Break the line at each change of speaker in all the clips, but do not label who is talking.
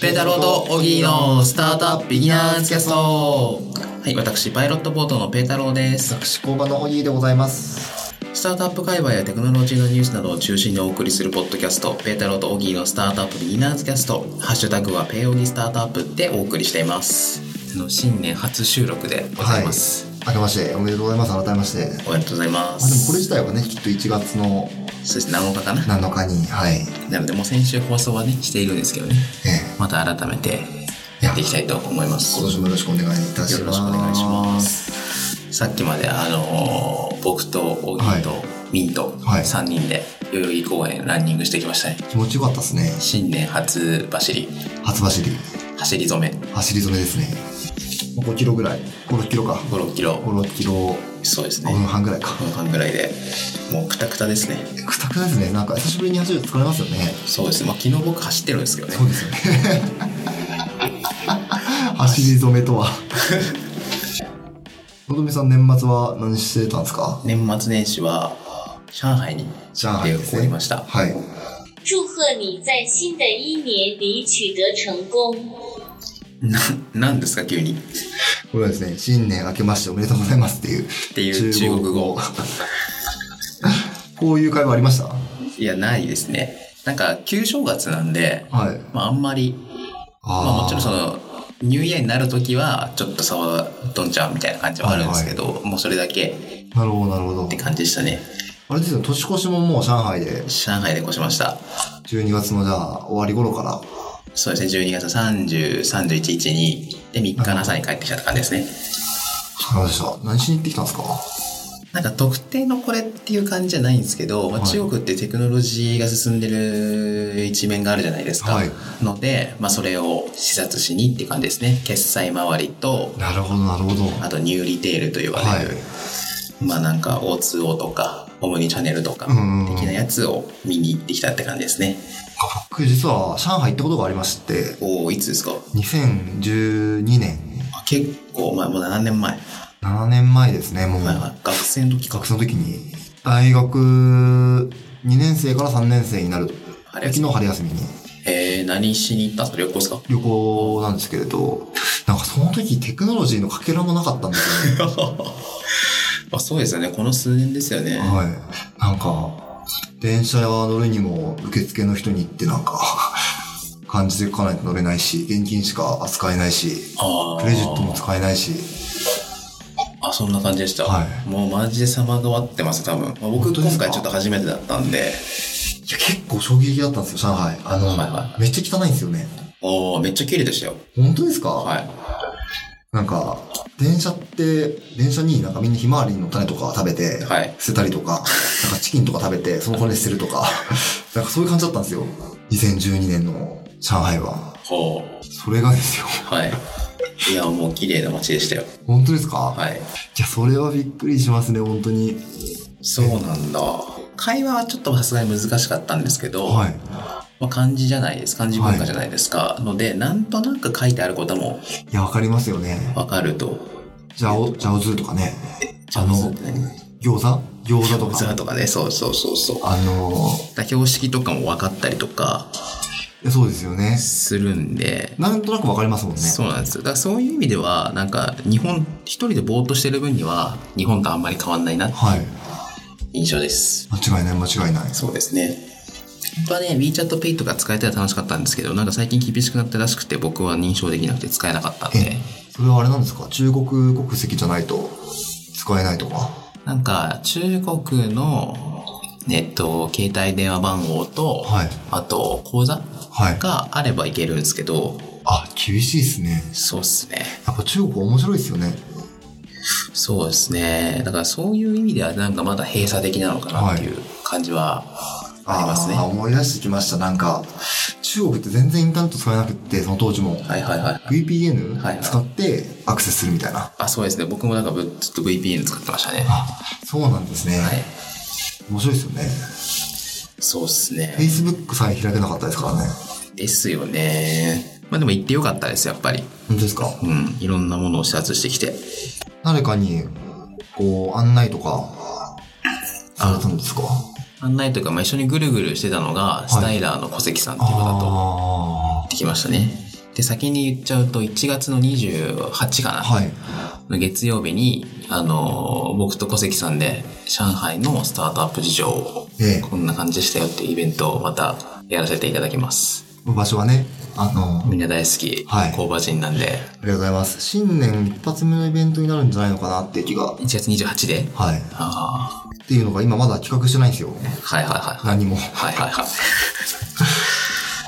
ペンタローとオギーのスタートアップビギナーズキャストはい、私、パイロットボートのペータローです。
私工場のオギーでございます
スタートアップ界隈やテクノロジーのニュースなどを中心にお送りするポッドキャスト、ペータローとオギーのスタートアップビギナーズキャスト、ハッシュタグはペーオギスタートアップでお送りしています。あの新年初収録でございます。
明けましておめでとうございます改めましてあでも
おめでとうございます。
これ自体はねきっと1月の
そうですね、7日かな。
7日にはい
なので、もう先週放送はね、しているんですけどね、
え
また改めて
え
やっていきたいと思います。
今年もよろしくお願いいたします
よろしくお願いします。さっきまであのー僕とオギーと、
は
ミンと
はい
3人で代々木公園ランニングしてきましたね。
気持ちよかったですね
新年初走り、
初走り
走り初め
走り染めですね5キロぐらい56キロか
5、6キロ。
56キロ
そうです
5
ね。
分半ぐらいか
5分半ぐらいで、もうくたくたですね。
くたくたですねなんか久しぶりに走ると疲れますよね
そうですね。まあ昨日僕走ってるんですけどね
そ。うですよね 走り染め とはのどみさん年末は何してたんですか
年末年始は上海に
上
行っ
海
て
です
お
ね
りました。
はい
祝贺你在新的一年里取得成功。
な、なんですか急に。
これはですね、新年明けましておめでとうございますっていう。
っていう中国語。
こういう会話ありました
いや、ないですね。なんか旧正月なんで、
はい。
まああんまりまあ、もちろんそのニューイヤーになる時はちょっと沢どんちゃんみたいな感じはあるんですけど、もうそれだけっ
なるほど、なるほど
て。感じでしたね
あれですよ、年越しももう上海で、
上海で越しました
12月のじゃあ、終わり頃から。
そうですね12月3031にで3日の朝に帰ってきたって感じですね
そうでした。何しに行ってきたんですか
なんか特定のこれっていう感じじゃないんですけど、まあ
はい
中国ってテクノロジーが進んでる一面があるじゃないですか、
はい
ので、まあ、それを視察しにって感じですね決済周りと
なるほど、なるほど。
あとニューリテールと言わ
は
れ
い
る、。まあなんか O2O とかオムニチャンネルとか
うん
的なやつを見に行ってきたって感じですね。
僕、実は上海行ったことがありまして、
おおいつですか
2012年、
あ結構前もう7年前、
7年前ですね、もう。
はいはい学生の時か
学生の時に、大学2年生から3年生になる。
春
昨
休
日
み
春休みに。
えー、何しに行ったんですか旅行ですか
旅行なんですけれど、なんかその時テクノロジーのかけらもなかったんですよね。
あそうですよねこの数年ですよね、
はい。なんか、電車乗るにも受付の人に行ってなんか、感じていかないと乗れないし、現金しか扱えないし、
ああ
クレジットも使えないし、
あそんな感じでした、
はい
もうマジで様変わってます多分、まあ、僕
本当で
今
すか
回ちょっと初めてだったんで
いや結構衝撃だったんですよ、上海。あの、
はいは
めっちゃ汚いんですよね。
おおめっちゃ綺麗でしたよ
本当ですか、
は
なんか、電車って、電車になんかみんなひまわりの種とか食べて、
いはい
捨てたりとか、なんかチキンとか食べて、その骨捨てるとか、 なんかそういう感じだったんですよ。2012年の上海は。
ほう
それがですよ。
はいいやもう綺麗な街でしたよ
本当ですか、い、
はい
や、それはびっくりしますね、本当に。
そうなんだ。会話はちょっとさすがに難しかったんですけど、
はい。
まあ、漢字じゃないです漢字文化じゃないですか、のでなんとなく書いてあることも
いや、わかりますよね。
わかると
ジャオ、ジャオズーとかね。あ
上
の
手、ね
餃子餃子と
上手
か。
とかねそうそうそうそう
あの
だ標識とかも分かったりとか
いやそうですよね。
するんで、
なんとなくわかりますもんね。
そうなんですよだからそういう意味ではなんか日本一人でぼーっとしてる分には日本とあんまり変わんないなって
はい。
印象です
間違いない、間違いない。
そうですね。本当はね、WeChatPay とか使えたら楽しかったんですけど、なんか最近厳しくなったらしくて、僕は認証できなくて使えなかったんで
え、それはあれなんですか中国国籍じゃないと使えないとか。
なんか中国の、えっと、携帯電話番号と、
はい
あと、口座
はい。
があればいけるんですけど、
あ、厳しいですね。
そうっすね。
やっぱ中国面白いですよね。
そうですね。だからそういう意味では、なんかまだ閉鎖的なのかなっていう感じはありますね。
ー思い出してきました。なんか、中国って全然インターネット使えなくって、その当時も。
はいはいはい。
VPN
はいはい
使ってアクセスするみたいな。
あ、そうですね。僕もなんかぶずっと VPN 使ってましたね。は
あ、そうなんですね。
い。
面白いですよね。
そうっすね。
Facebook さえ開けなかったですからね。
ですよね。まあでも行ってよかったです、やっぱり。
本当ですか
うん。いろんなものを視察してきて。
誰かに、こう、案内とか、されたんですか
案内というか、まあ一緒にぐるぐるしてたのが、スタイラーの小関さんっていう方と行
あ
ってきましたね。
ー
で、先に言っちゃうと、1月の28かな、
はい。
の月曜日に、あのー僕と小関さんで、上海のスタートアップ事情を、
え
こんな感じでしたよっていうイベントをまたやらせていただきます。
え、場所はね、あの、
みんな大好き、
はい
工場人なんで、
ありがとうございます。新年一発目のイベントになるんじゃないのかなって気が。
1月28で、
はい。
あ
っていうのが今まだ企画してないんですよ。
ーはいはいはい。
何も。
はいはいはい。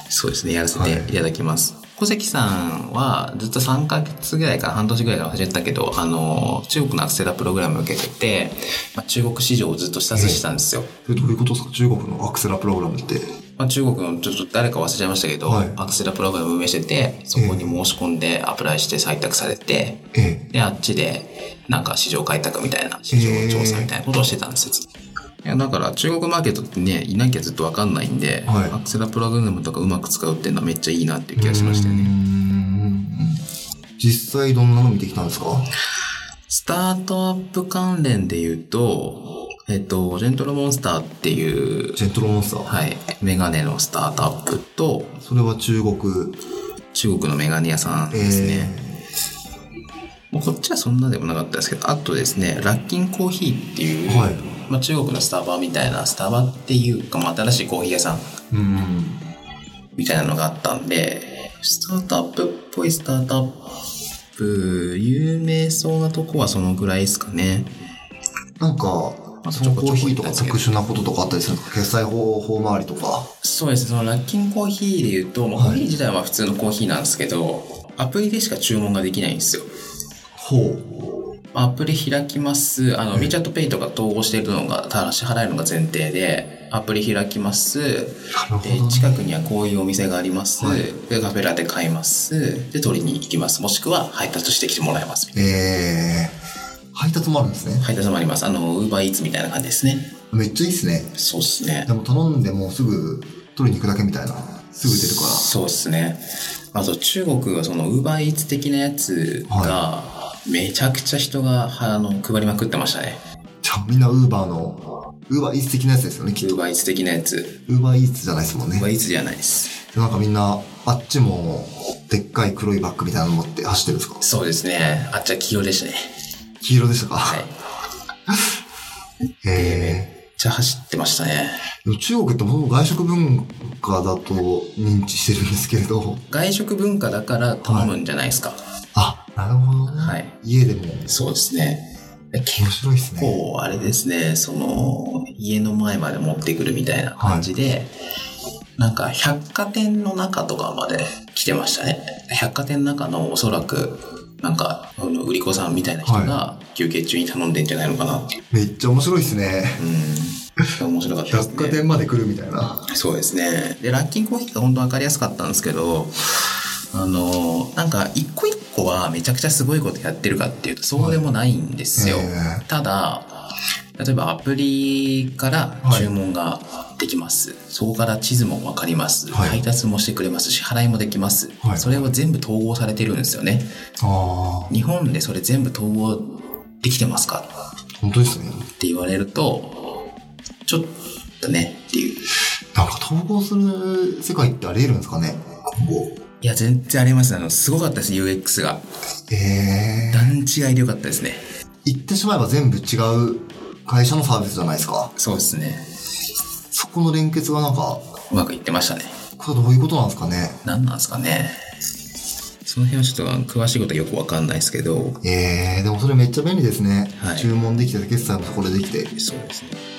そうですね、やらせていただきます。小関さんはずっと3ヶ月ぐらいから半年ぐらいから始めたけど、あの、中国のアクセラプログラムを受けてて、まあ、中国市場をずっと視察してたんですよ。
それどういうことですか中国のアクセラプログラムって。
まあ、中国のちょっと誰か忘れちゃいましたけど、
はい
アクセラプログラムを運営してて、そこに申し込んでアプライして採択されて、
ええ。
で、あっちで、なんか市場開拓みたいな、市場調査みたいなことをしてたんですよ。いやだから中国マーケットってね、いなきゃずっとわかんないんで、
はい
アクセラプログラムとかうまく使うっていうのはめっちゃいいなっていう気がしましたよ
うー
ね。
ん。実際どんなの見てきたんですか
スタートアップ関連で言うと、えっと、ジェントルモンスターっていう、
ジェントルモンスター。
はい、メガネのスタートアップと、
それは中国。
中国のメガネ屋さん
え
ですね。もうこっちはそんなでもなかったですけど、あとですね、ラッキンコーヒーってい
え
う、
はい。
まあ、中国のスタバみたいな、スタバっていうか、まあ、新しいコーヒー屋さん
うん。
みたいなのがあったんで、スタートアップっぽいスタートアップ、有名そうなとこはそのぐらいですかね。
なんか、
まあ
そのコーヒーとか
ちょこちょこ行ったんですけど
特殊なこととかあったりするんですか決済方法周りとか。
そうですね、そのラッキンコーヒーで言うと、まあ、
はい
コーヒー自体は普通のコーヒーなんですけど、アプリでしか注文ができないんですよ。
ほう。
アプリ開きます。あの、WeChatPay とか統合しているのが、ただ支払えるのが前提で、アプリ開きます。
なる
で
ほど。
近くにはこういうお店があります、
はい
でカフェラテ買いますで取りに行きますもしくは配達してきてもらいますみたい
えー、配達もあるんですね
な。配達もありますあのウーバーイーツみたいな感じですね
めっちゃいいですね。
そうですね
でも頼んでもうすぐ取りに行くだけみたいな。すぐ出るから。
そうですねあと中国はそのウーバーイーツ的なやつがめちゃくちゃ人がはあの配りまくってましたね
じゃあみんなウーバーの、ウーバーイーツ的なやつですよね、
ウ
きっと。
ーバーイーツ的なやつ
ウーバーイーツじゃないですも
ウ
ん
ーバー
ね。
イーツじゃないです
なんかみんな、あっちも、でっかい黒いバッグみたいなの持って走ってるんですか
そうですねあっちは黄色でしたね
黄色でしたか、
はい
へえ。
めっちゃ走ってましたね
でも中国ってもう外食文化だと認知してるんですけれど。
外食文化だから頼むんじゃないですか
あ、なるほどね。
はい
家でも。
そうですね。結
面白いですね。
構、あれですね、その、家の前まで持ってくるみたいな感じで、なんか百貨店の中とかまで来てましたね。百貨店の中のおそらく、なんか、あの売り子さんみたいな人が休憩中に頼んでんじゃないのかなっていう。
めっちゃ面白いですね。
うん。面白かったですね。
百貨店まで来るみたいな。
そうですね。で、ラッキンコーヒーが本当分かりやすかったんですけど、あの、なんか一個一個はめちゃくちゃすごいことやってるかっていうと、そうでもないんですよ。
ええ
ただ、例えばアプリから注文ができます。そこから地図も分かります。
はい
配達もしてくれます。支払いもできます。
はい
それを全部統合されてるんですよね。
ああ、
日本でそれ全部統合できてますか
本当ですね。
って言われると、ちょっとねっていう。
なんか統合する世界ってあり得るんですかね今後。
いや、全然あります。あの、すごかったです、UX が。
ええ
段違いでよかったですね。
言ってしまえば全部違う会社のサービスじゃないですか。
そうですね。
そこの連結はなんか、
うまくいってましたね。
これどういうことなんですかね
何なんですかね。その辺はちょっと詳しいことはよくわかんないですけど。
ええでもそれめっちゃ便利ですね。
はい
注文できて、決済もそこでできて。
そうですね。